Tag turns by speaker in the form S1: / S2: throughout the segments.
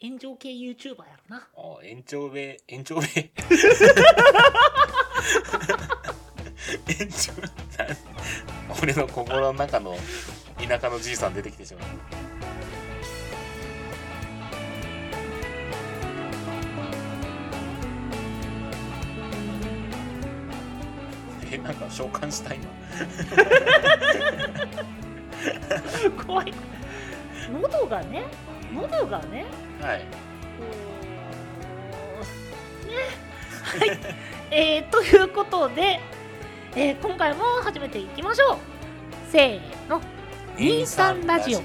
S1: 炎上系 YouTuber やろな。
S2: ああ、延長米、延長米。延長、俺の心の中の田舎のじいさん出てきてしまう。え、なんか召喚した今。
S1: 怖い。喉がね、喉がね、
S2: はい。
S1: ね、はい、えーということで、えー今回も始めていきましょうせーの23ラジオ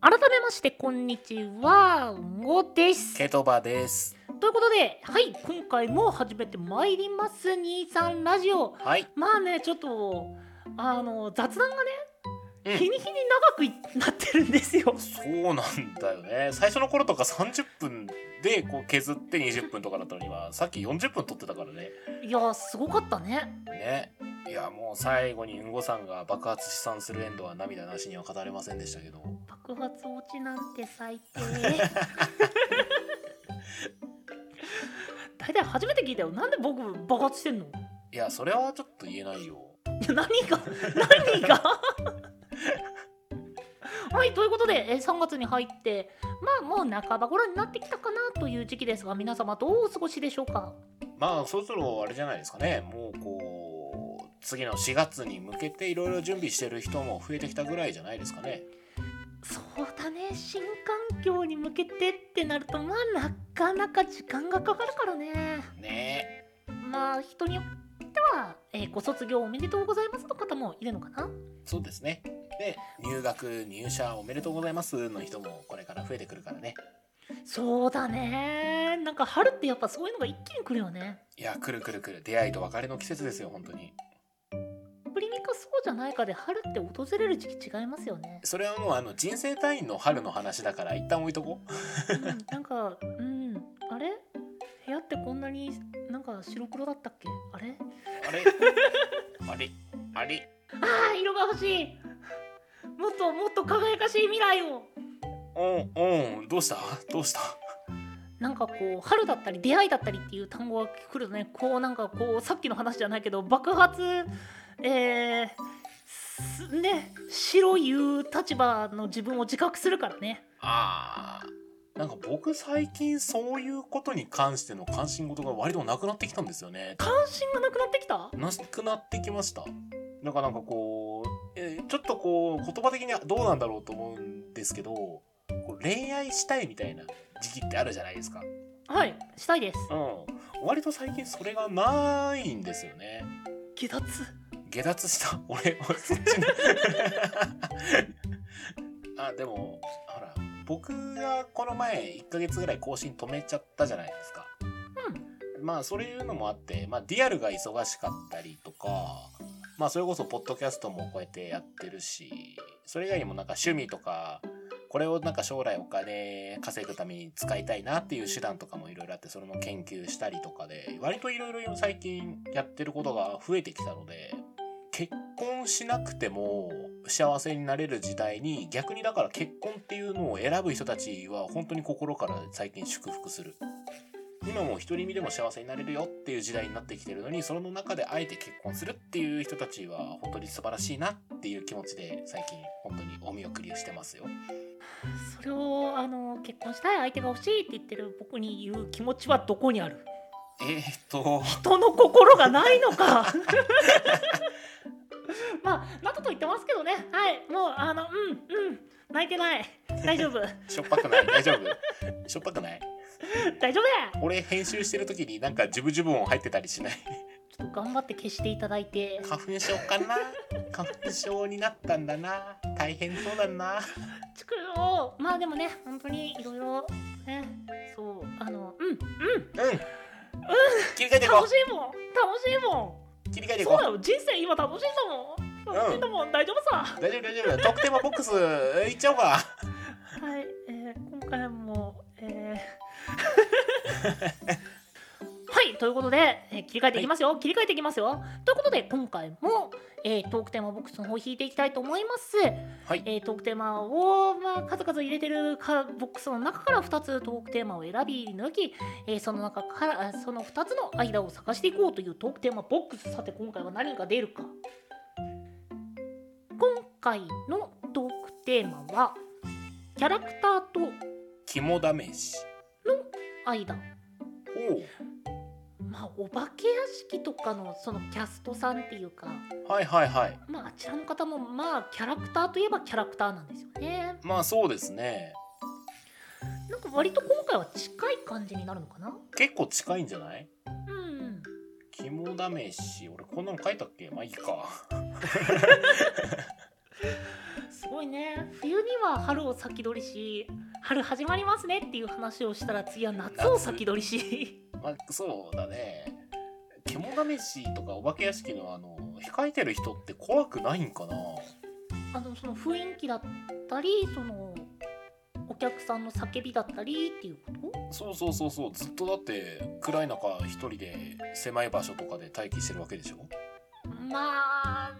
S1: 改めましてこんにちはゴです
S2: ケトバです。
S1: ということではい今回も始めてまいります23ラジオ
S2: はい。
S1: まあねちょっとあの雑談が
S2: うん
S1: ね日に日に長くいなってるんですよ
S2: そうなんだよね。最初の頃とか30分でこう削って20分とかだったのには、さっき40分撮ってたからね。
S1: いやーすごかったね
S2: ね。いや、もう最後にうんごさんが爆発試算するエンドは涙なしには語れませんでしたけど。
S1: 爆発落ちなんて最 低大体初めて聞いたよなんで僕爆発してんのい
S2: いや、それはちょっと言えないよ。
S1: や何が何が はいということでえー3月に入ってまあもう半ば頃になってきたかなという時期ですが皆様どうお過ごしでしょうか
S2: まあ、そろそろあれじゃないですかね。もうこう、次の4月に向けていろいろ準備してる人も増えてきたぐらいじゃないですかね。
S1: そうだね新環境に向けてってなるとまあなかなか時間がかかるからね
S2: ね
S1: まあ人によっては、えーご卒業おめでとうございますの方もいるのかな
S2: そうですね。で、入学、入社おめでとうございますの人もこれから増えてくるからね。
S1: そうだねなんか春ってやっぱそういうのが一気に来るよね
S2: いや、くるくるくる。出会いと別れの季節ですよ、本当に。、
S1: プリミカそうじゃないかで春って訪れる時期違いますよね
S2: それはもうあの人生単位の春の話だから、一旦置いとこ う。
S1: うん、なんかうんあれ部屋ってこんなになんか白黒だったっけあれ
S2: あれ あれあれ
S1: あー色が欲しいもっともっと輝かしい未来を
S2: うん、うん、どうしたどうした
S1: なんかこう春だったり出会いだったりっていう単語が来るとねこうなんかこうさっきの話じゃないけど爆発えーすね白いう立場の自分を自覚するからね
S2: あー。なんか僕最近そういうことに関しての関心事が割となくなってきたんですよね。
S1: 関心がなくなってきた
S2: なくなってきました。なんかなんかこう、えーちょっとこう言葉的にどうなんだろうと思うんですけど、こう恋愛したいみたいな時期ってあるじゃないですか。
S1: はいしたいです
S2: うん、割と最近それがないんですよね
S1: 下脱
S2: 下脱した 俺俺そっちに あでもほら僕がこの前1ヶ月ぐらい更新止めちゃったじゃないですか
S1: うん
S2: まあそういうのもあって、まあ、リアルが忙しかったりとかまあそれこそポッドキャストもこうやってやってるしそれ以外にもなんか趣味とかこれをなんか将来お金稼ぐために使いたいなっていう手段とかもいろいろあってそれも研究したりとかで割といろいろ最近やってることが増えてきたので結婚しなくても幸せになれる時代に逆にだから結婚っていうのを選ぶ人たちは本当に心から最近祝福する。今もう独り身でも幸せになれるよっていう時代になってきてるのにその中であえて結婚するっていう人たちは本当に素晴らしいなっていう気持ちで最近本当にお見送りをしてますよ。
S1: それをあの結婚したい相手が欲しいって言ってる僕に言う気持ちはどこにある
S2: えー、っと
S1: 人の心がないのかまあなどと言ってますけどねはいもうあのうんうん泣いてない大丈夫
S2: しょっぱくない大丈夫しょっぱくない
S1: 大丈夫だ
S2: 俺編集してる時になんかジュブジュブ音入ってたりしない
S1: ちょっと頑張って消していただいて
S2: 花粉症かな花粉症になったんだな大変そうだな
S1: ちくをまあでもね本当にいろいろねそうあのうんうん
S2: うん切り替えていこ
S1: 楽しいもん楽しいも
S2: う切り替えて
S1: ん
S2: い
S1: そう
S2: こ
S1: だよ人生今楽しいんだもん笑ってたもん、大丈夫さ
S2: 大丈夫大丈夫特典はボックスえいっちゃおうか
S1: はい、えー今回もえ ーはいということで、えー切り替えていきますよ、切り替えていきますよということで今回も、えートークテーマボックスの方を引いていきたいと思います、
S2: はい
S1: えートークテーマを、まあ、数々入れてるかボックスの中から2つトークテーマを選び抜き、えーその中からあその2つの間を探していこうというトークテーマボックスさて今回は何が出るか今回のトークテーマはキャラクターと
S2: 肝試し
S1: 間
S2: おう
S1: まあお化け屋敷とかのそのキャストさんっていうか
S2: はいはいはい
S1: まああちらの方もまあキャラクターといえばキャラクターなんですよね
S2: まあそうですね
S1: なんか割と今回は近い感じになるのかな
S2: 結構近いんじゃない
S1: うんうん
S2: 肝試し俺こんなの書いたっけまあいいか
S1: すごいね冬には春を先取りし春始まりますねっていう話をしたら次は夏を先取りし
S2: まあそうだね肝試しとかお化け屋敷のあの控えてる人って怖くないんかな
S1: あのその雰囲気だったりそのお客さんの叫びだったりっていうこと
S2: そうそうそうそうずっとだって暗い中一人で狭い場所とかで待機してるわけでしょ
S1: まあ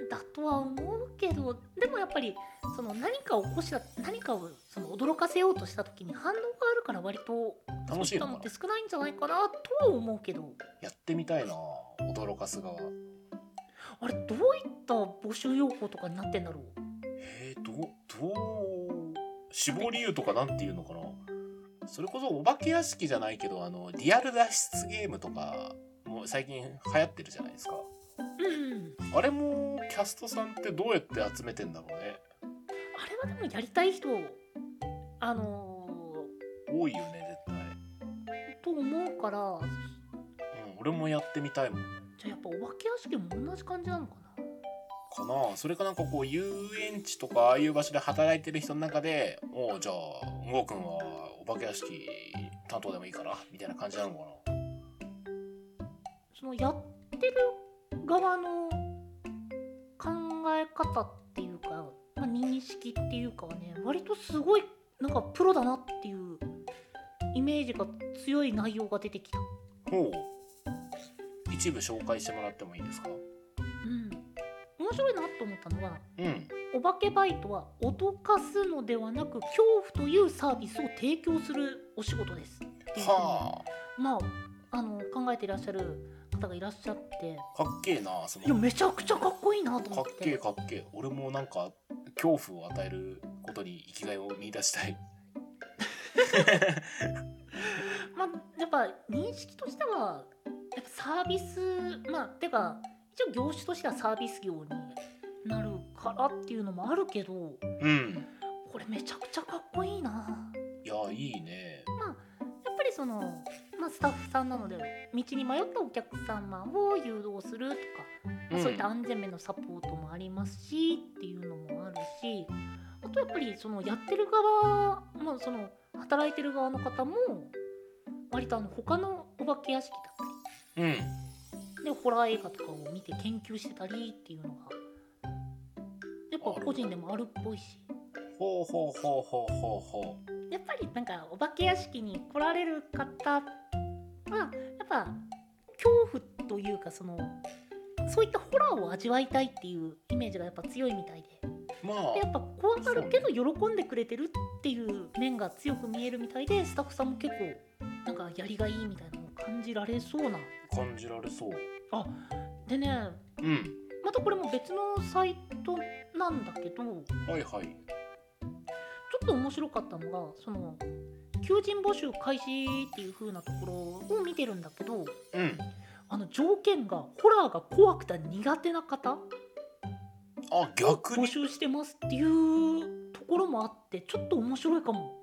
S1: うんだとは思うけどでもやっぱりその何かを起こした何かをその驚かせようとした時に反応があるから割と
S2: 楽しい
S1: たの
S2: の
S1: っ
S2: かな
S1: て少ないんじゃないかなとは思うけど
S2: やってみたいな驚かす側
S1: あれどういった募集要項とかになってんだろう
S2: えー、どうどう死亡理由とかなんていうのかなそれこそお化け屋敷じゃないけどあのリアル脱出ゲームとかもう最近流行ってるじゃないですか
S1: うん
S2: あれもキャストさんってどうやって集めてんだろうね
S1: あれはでもやりたい人あの
S2: 多いよね絶
S1: ーと思うから
S2: 対うん俺もやってみたいもん
S1: じゃあやっぱお化け屋敷も同じ感じなのかな
S2: かなそれかなんかこう遊園地とかああいう場所で働いてる人の中で「おうじゃあゴーくんはお化け屋敷担当でもいいから」みたいな感じなのかな
S1: そのやってる側の考え方っていうか、まあ、認識っていうかはね割とすごいなんかプロだなっていうイメージが強い内容が出てきた。
S2: ほう一部紹介してもらってもいいですか
S1: うん面白いなと思ったのは
S2: うん
S1: お化けバイトは脅かすのではなく恐怖というサービスを提供するお仕事ですっていうふうに
S2: は
S1: まああの考えていらっしゃる方がいらっしゃって
S2: あかっけえなその
S1: いやめちゃくちゃかっこいいなと
S2: か
S1: 思
S2: っ
S1: って
S2: けえかっけえ俺もなんか恐怖を与えることに生きがいを見出したい
S1: まあ、やっぱ認識としてはやっぱサービスまあてか一応業種としてはサービス業になるからっていうのもあるけど
S2: うん
S1: これめちゃくちゃかっこいいな。
S2: いやいいね
S1: やっぱりその、まあ、スタッフさんなので道に迷ったお客様を誘導するとか、まあ
S2: うん
S1: そういった安全面のサポートもありますしっていうのもあるしあとやっぱりそのやってる側、まあ、その働いてる側の方も割とあの他のお化け屋敷だった
S2: うん
S1: りでホラー映画とかを見て研究してたりっていうのがやっぱ個人でもあるっぽいし。
S2: ほうほうほうほうほうほう
S1: やっぱりなんかお化け屋敷に来られる方はやっぱ恐怖というかそのそういったホラーを味わいたいっていうイメージがやっぱ強いみたいで
S2: ま
S1: でや
S2: あ
S1: っぱ怖がるけど喜んでくれてるっていう面が強く見えるみたいでスタッフさんも結構なんかやりがいいみたいなのを感じられそうな
S2: 感じられそう
S1: あでね
S2: うん
S1: またこれも別のサイトなんだけど
S2: はいはい
S1: ちょっと面白かったのがその求人募集開始っていう風なところを見てるんだけど
S2: うん
S1: あの条件がホラーが怖くて苦手な方
S2: あ逆
S1: 募
S2: に
S1: 集してますっていうところもあってちょっと面白いかも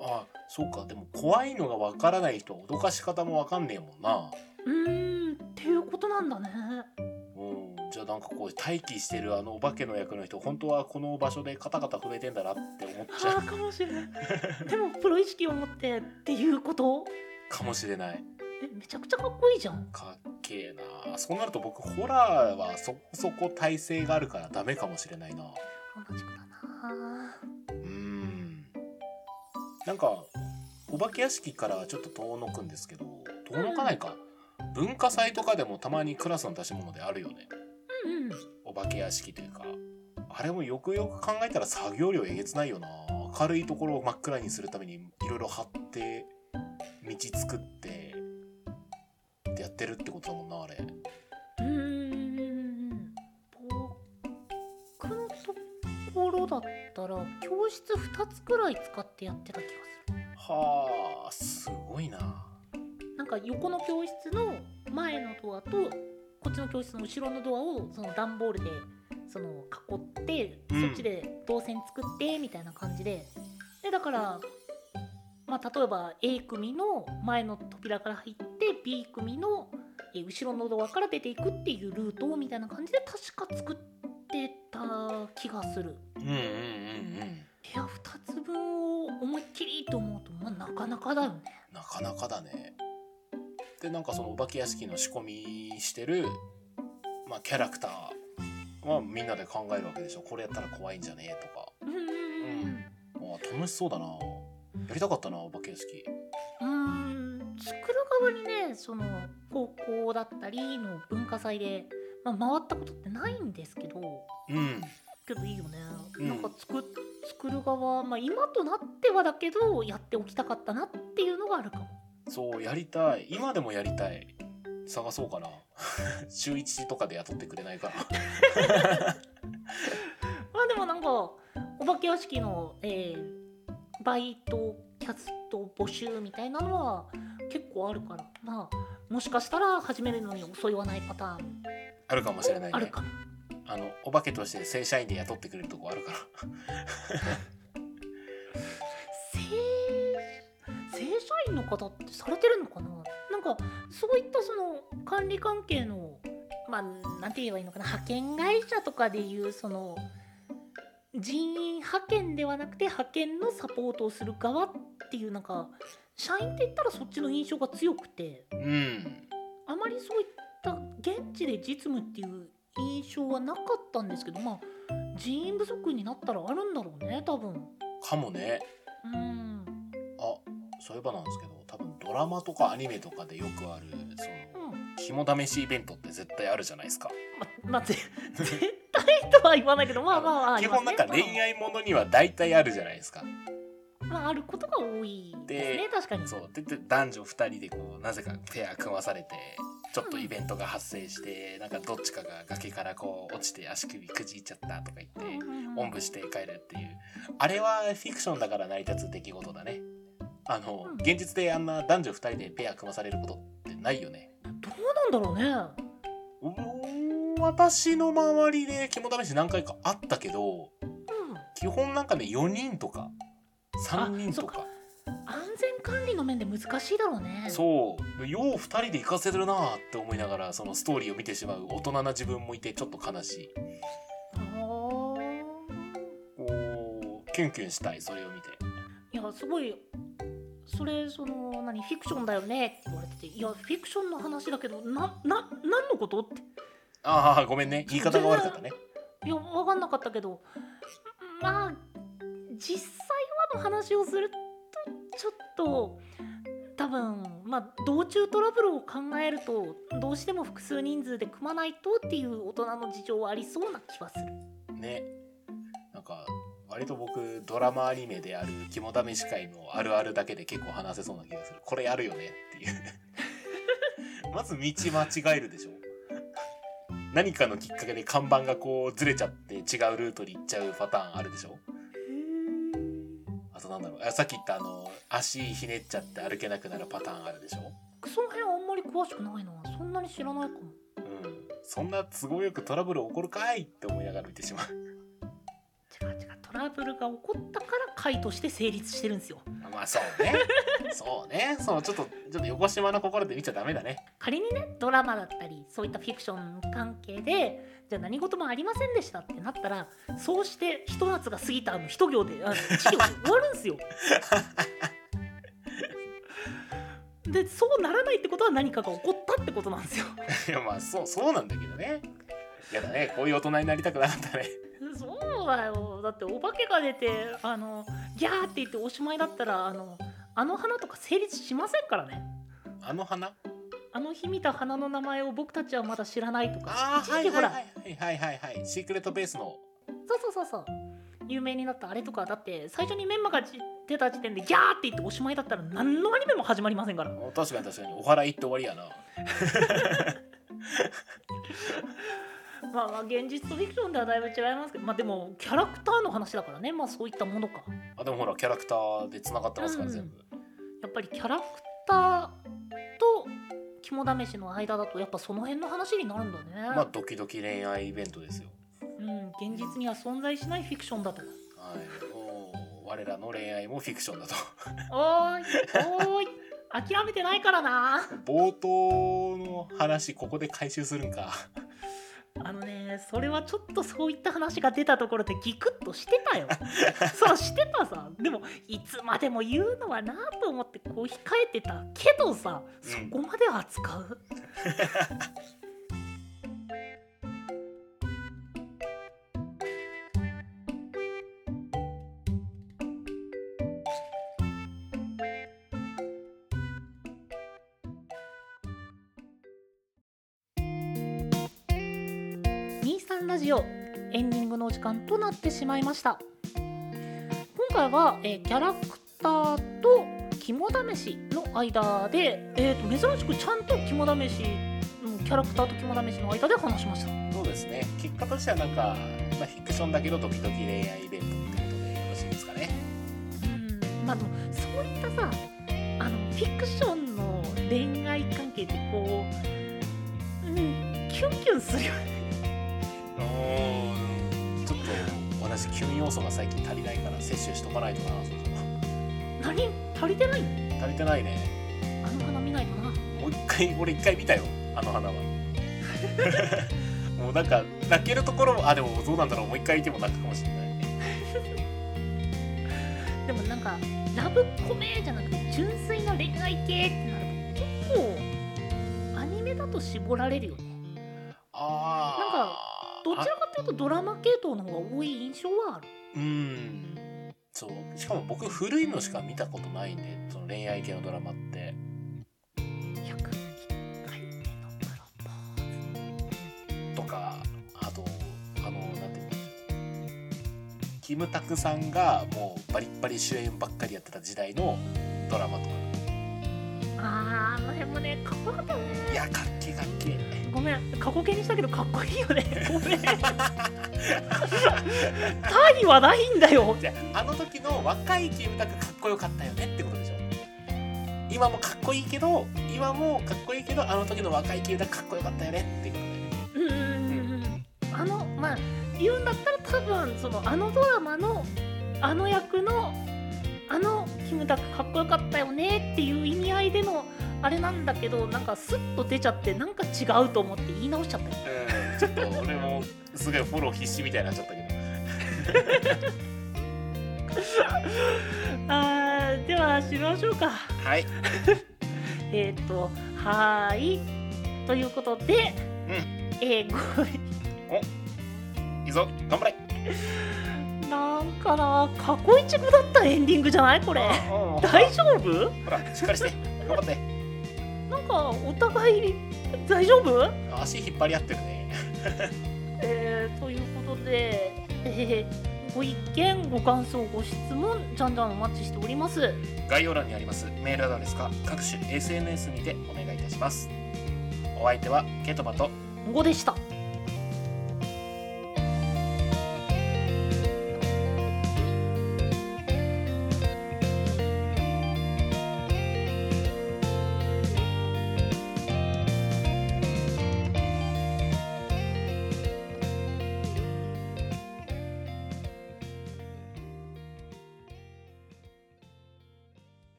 S2: あそうかでも怖いのがわからない人は脅かし方もわかんねえもんな
S1: うーんっていうことなんだね
S2: うんじゃあなんかこう待機してるあのお化けの役の人本当はこの場所でカタカタ震えてんだなって思っちゃ
S1: あ
S2: う
S1: あかもしれないでもプロ意識を持ってっていうこと
S2: かもしれない
S1: えめちゃくちゃかっこいいじゃん
S2: かっけけえなそうなると僕ホラーはそこそこ耐性があるからダメかもしれないな
S1: 同じくだな
S2: うーんなんかお化け屋敷からはちょっと遠のくんですけど遠のかないか、文化祭とかでもたまにクラスの出し物であるよね
S1: うんうん
S2: お化け屋敷というかあれもよくよく考えたら作業量えげつないよな明るいところを真っ暗にするためにいろいろ張って道作ってってやってるってことだもんなあれ
S1: うーん僕のところだったら教室2つくらい使ってやってた気がす
S2: はあすごいな
S1: るなんか横の教室の前のドアとこっちの教室の後ろのドアをその段ボールでその囲って、
S2: うん
S1: そっちで動線作ってみたいな感じででだからまあ例えば A 組の前の扉から入って B 組のえー後ろのドアから出ていくっていうルートをみたいな感じで確か作ってた気がする
S2: うんうんうんうん
S1: 部屋2つ分を思いっきりと思うと、まあ、なかなかだよね
S2: なかなかだねでなんかそのお化け屋敷の仕込みしてる、まあ、キャラクターはみんなで考えるわけでしょこれやったら怖いんじゃねえとか
S1: うんうん
S2: ああ楽しそうだなやりたかったなお化け屋敷
S1: うんうんうーん作る側にねその高校だったりの文化祭で、まあ、回ったことってないんですけど
S2: うん
S1: けどいいよね、
S2: うん
S1: なんか作作る側、まあ、今となってはだけどやっておきたかったなっていうのがあるかも
S2: そうやりたい今でもやりたい探そうかな 週1とかで雇ってくれないかな
S1: まあでもなんかお化け屋敷の、えーバイトキャスト募集みたいなのは結構あるからまあもしかしたら始めるのに遅いはないパターン
S2: あるかもしれない
S1: あ
S2: ね
S1: るかも、
S2: あのお化けとして正社員で雇ってくれるとこあるから
S1: 正正社員の方ってされてるのかななんかそういったその管理関係のまあなんて言えばいいのかな派遣会社とかでいうその人員派遣ではなくて派遣のサポートをする側っていうなんか社員って言ったらそっちの印象が強くて
S2: うん
S1: あまりそういった現地で実務っていう印象はなかったんですけどまあ人員不足になったらあるんだろうね多分
S2: かもね
S1: うん
S2: あそういえばなんですけど多分ドラマとかアニメとかでよくあるその
S1: うん
S2: 肝試しイベントって絶対あるじゃないですか
S1: ま、まあ、ぜ 絶対とは言わないけど、まあまあまあ、
S2: 基本なんか恋
S1: 愛。
S2: 愛ものには大体あるじゃないですか
S1: まあ、あることが多いですね
S2: で、
S1: 確かに。
S2: そうでで男女2人でこうなぜかペア組まされてちょっとイベントが発生してなんかどっちかが崖からこう落ちて足首くじいちゃったとか言
S1: うんうん
S2: って
S1: うん
S2: おんぶして帰るっていうあれはフィクションだから成り立つ出来事だねあの
S1: うん
S2: 現実であんな男女2人でペア組まされることってないよね
S1: どうなんだろうね。
S2: うーん私の周りで肝試し何回かあったけど基本なんかね4人とか3人とか
S1: うん、安全管理の面で難しいだろうね。
S2: そうよう2人で行かせるなーって思いながらそのストーリーを見てしまう大人な自分もいてちょっと悲しい
S1: あー
S2: こうキュンキュンしたいそれを見て
S1: いや、すごい。それ、その、何、フィクションだよねって言われてて、いや、フィクションの話だけど、な、な、何のことって。
S2: ああごめんね言い方が悪かったね
S1: いや分かんなかったけどまあ実際はの話をするとちょっと多分まあ道中トラブルを考えるとどうしても複数人数で組まないとっていう大人の事情はありそうな気はする。
S2: ねなんか割と僕ドラマアニメである肝試し会のあるあるだけで結構話せそうな気がするこれやるよねっていう まず道間違えるでしょ何かのきっかけで看板がこうずれちゃって違うルートに行っちゃうパターンあるでしょあとなんだろうあさっき言ったあの足ひねっちゃって歩けなくなるパターンあるでしょ
S1: その辺はあんまり詳しくないなそんなに知らないかも。
S2: うんそんな都合よくトラブル起こるかいって思いながら見てしま
S1: 違
S2: う
S1: う違うトラブルが起こったから会として成立してるんですよ。
S2: まあそうね そうねそのちょっとちょっと横島な心で見ちゃダメだね
S1: 仮にねドラマだったりそういったフィクション関係でじゃあ何事もありませんでしたってなったらそうしてひと夏が過ぎたあの一 行であの一行で終わるんすよ。でそうならないってことは何かが起こったってことなんですよ
S2: いやまあそうそうなんだけどねやだねこういう大人になりたくなかったね
S1: そうだよだってお化けが出てあのギャーって言っておしまいだったらあのあの花とか成立しませんからね
S2: あの花
S1: あの日見た花の名前を僕たちはまだ知らないとか
S2: あ
S1: 一
S2: ーは
S1: 時期
S2: いは
S1: ほ
S2: い
S1: ら、
S2: はいはいはいはいはいシークレットベースの
S1: そうそうそうそう有名になったあれとかだって最初にメンマがじ出た時点でギャーって言っておしまいだったら何のアニメも始まりませんから
S2: お確かに確かにお祓いって終わりやな
S1: まあまあ現実とフィクションではだいぶ違いますけどまあでもキャラクターの話だからねまあそういったものか
S2: あでもほらキャラクターで繋がってますから、
S1: うん
S2: 全部
S1: やっぱりキャラクターと肝試しの間だとやっぱその辺の話になるんだね、
S2: まあドキドキ恋愛イベントですよ
S1: うん現実には存在しないフィクションだと
S2: はいもう我らの恋愛もフィクションだと
S1: おーいおーい諦めてないからな
S2: 冒頭の話ここで回収するんか
S1: あのねそれはちょっとそういった話が出たところでギクッとしてたよ そうしてたさでもいつまでも言うのはなと思ってこう控えてたけどさそ
S2: うん
S1: こまで扱う、23ラジオエンディングのお時間となってしまいました今回は、えーキャラクターと肝試しの間で、えー、と珍しくちゃんと肝試しうんキャラクターと肝試しの間で話しました
S2: そうですね結果としてはなんか、まあ、フィクションだけどドキドキ恋愛イベントってことでよろしいですかね
S1: うんまあでもそういったさあのフィクションの恋愛関係ってこう、うん、キュンキュンするよね
S2: うんちょっと私キュン要素が最近足りないから摂取しとかないとなそろ
S1: 何足りてない
S2: そろ足りてないね
S1: あの花見ないとな
S2: もう一回俺一回見たよあの花 はもうなんか泣けるところもあでもどうなんだろうもう一回見ても泣くかもしれない
S1: でもなんかラブコメじゃなくて純粋な恋愛系ってなると結構アニメだと絞られるよね
S2: あー
S1: どちらかというとドラマ系統の方が多い印象はある
S2: うんそうしかも僕古いのしか見たことないんでその恋愛系のドラマって
S1: 101回目のプロポー
S2: とかあとあのなんて言うんでしょうキムタクさんがもうバリッバリ主演ばっかりやってた時代のドラマとか
S1: ズあーあの辺もねかっこよかったね
S2: いやかっけえかっけえ
S1: ごめん過去形にしたけどかっこいいよねごめん単位はないんだよ
S2: じゃああの時の若いキムタクかっこよかったよねってことでしょ今もかっこいいけど今もかっこいいけどあの時の若いキムタクかっこよかったよねっていうことだよね
S1: うーんあのまあ言うんだったら多分そのあのドラマのあの役のあのキムタクかっこよかったよねっていう意味合いでのあれなんだけどなんかスッと出ちゃってなんか違うと思って言い直しちゃったよ
S2: うんちょっと俺もすごいフォロー必死みたいになっちゃったけど
S1: あーではしましょうか
S2: はい
S1: えっ、ー、とはーいということで、
S2: うん
S1: えーご
S2: いいぞ頑張れ
S1: なんかな過去一部だったエンディングじゃないこれ
S2: うんうん
S1: 大丈夫
S2: ほらしっかりして頑張って
S1: なんかお互い大丈夫
S2: 足引っ張り合ってるね
S1: えーということで、えーご意見ご感想ご質問じゃんじゃんお待ちしております
S2: 概要欄にありますメールアドレスか各種 SNS にてお願いいたしますお相手はケトバと
S1: ごでした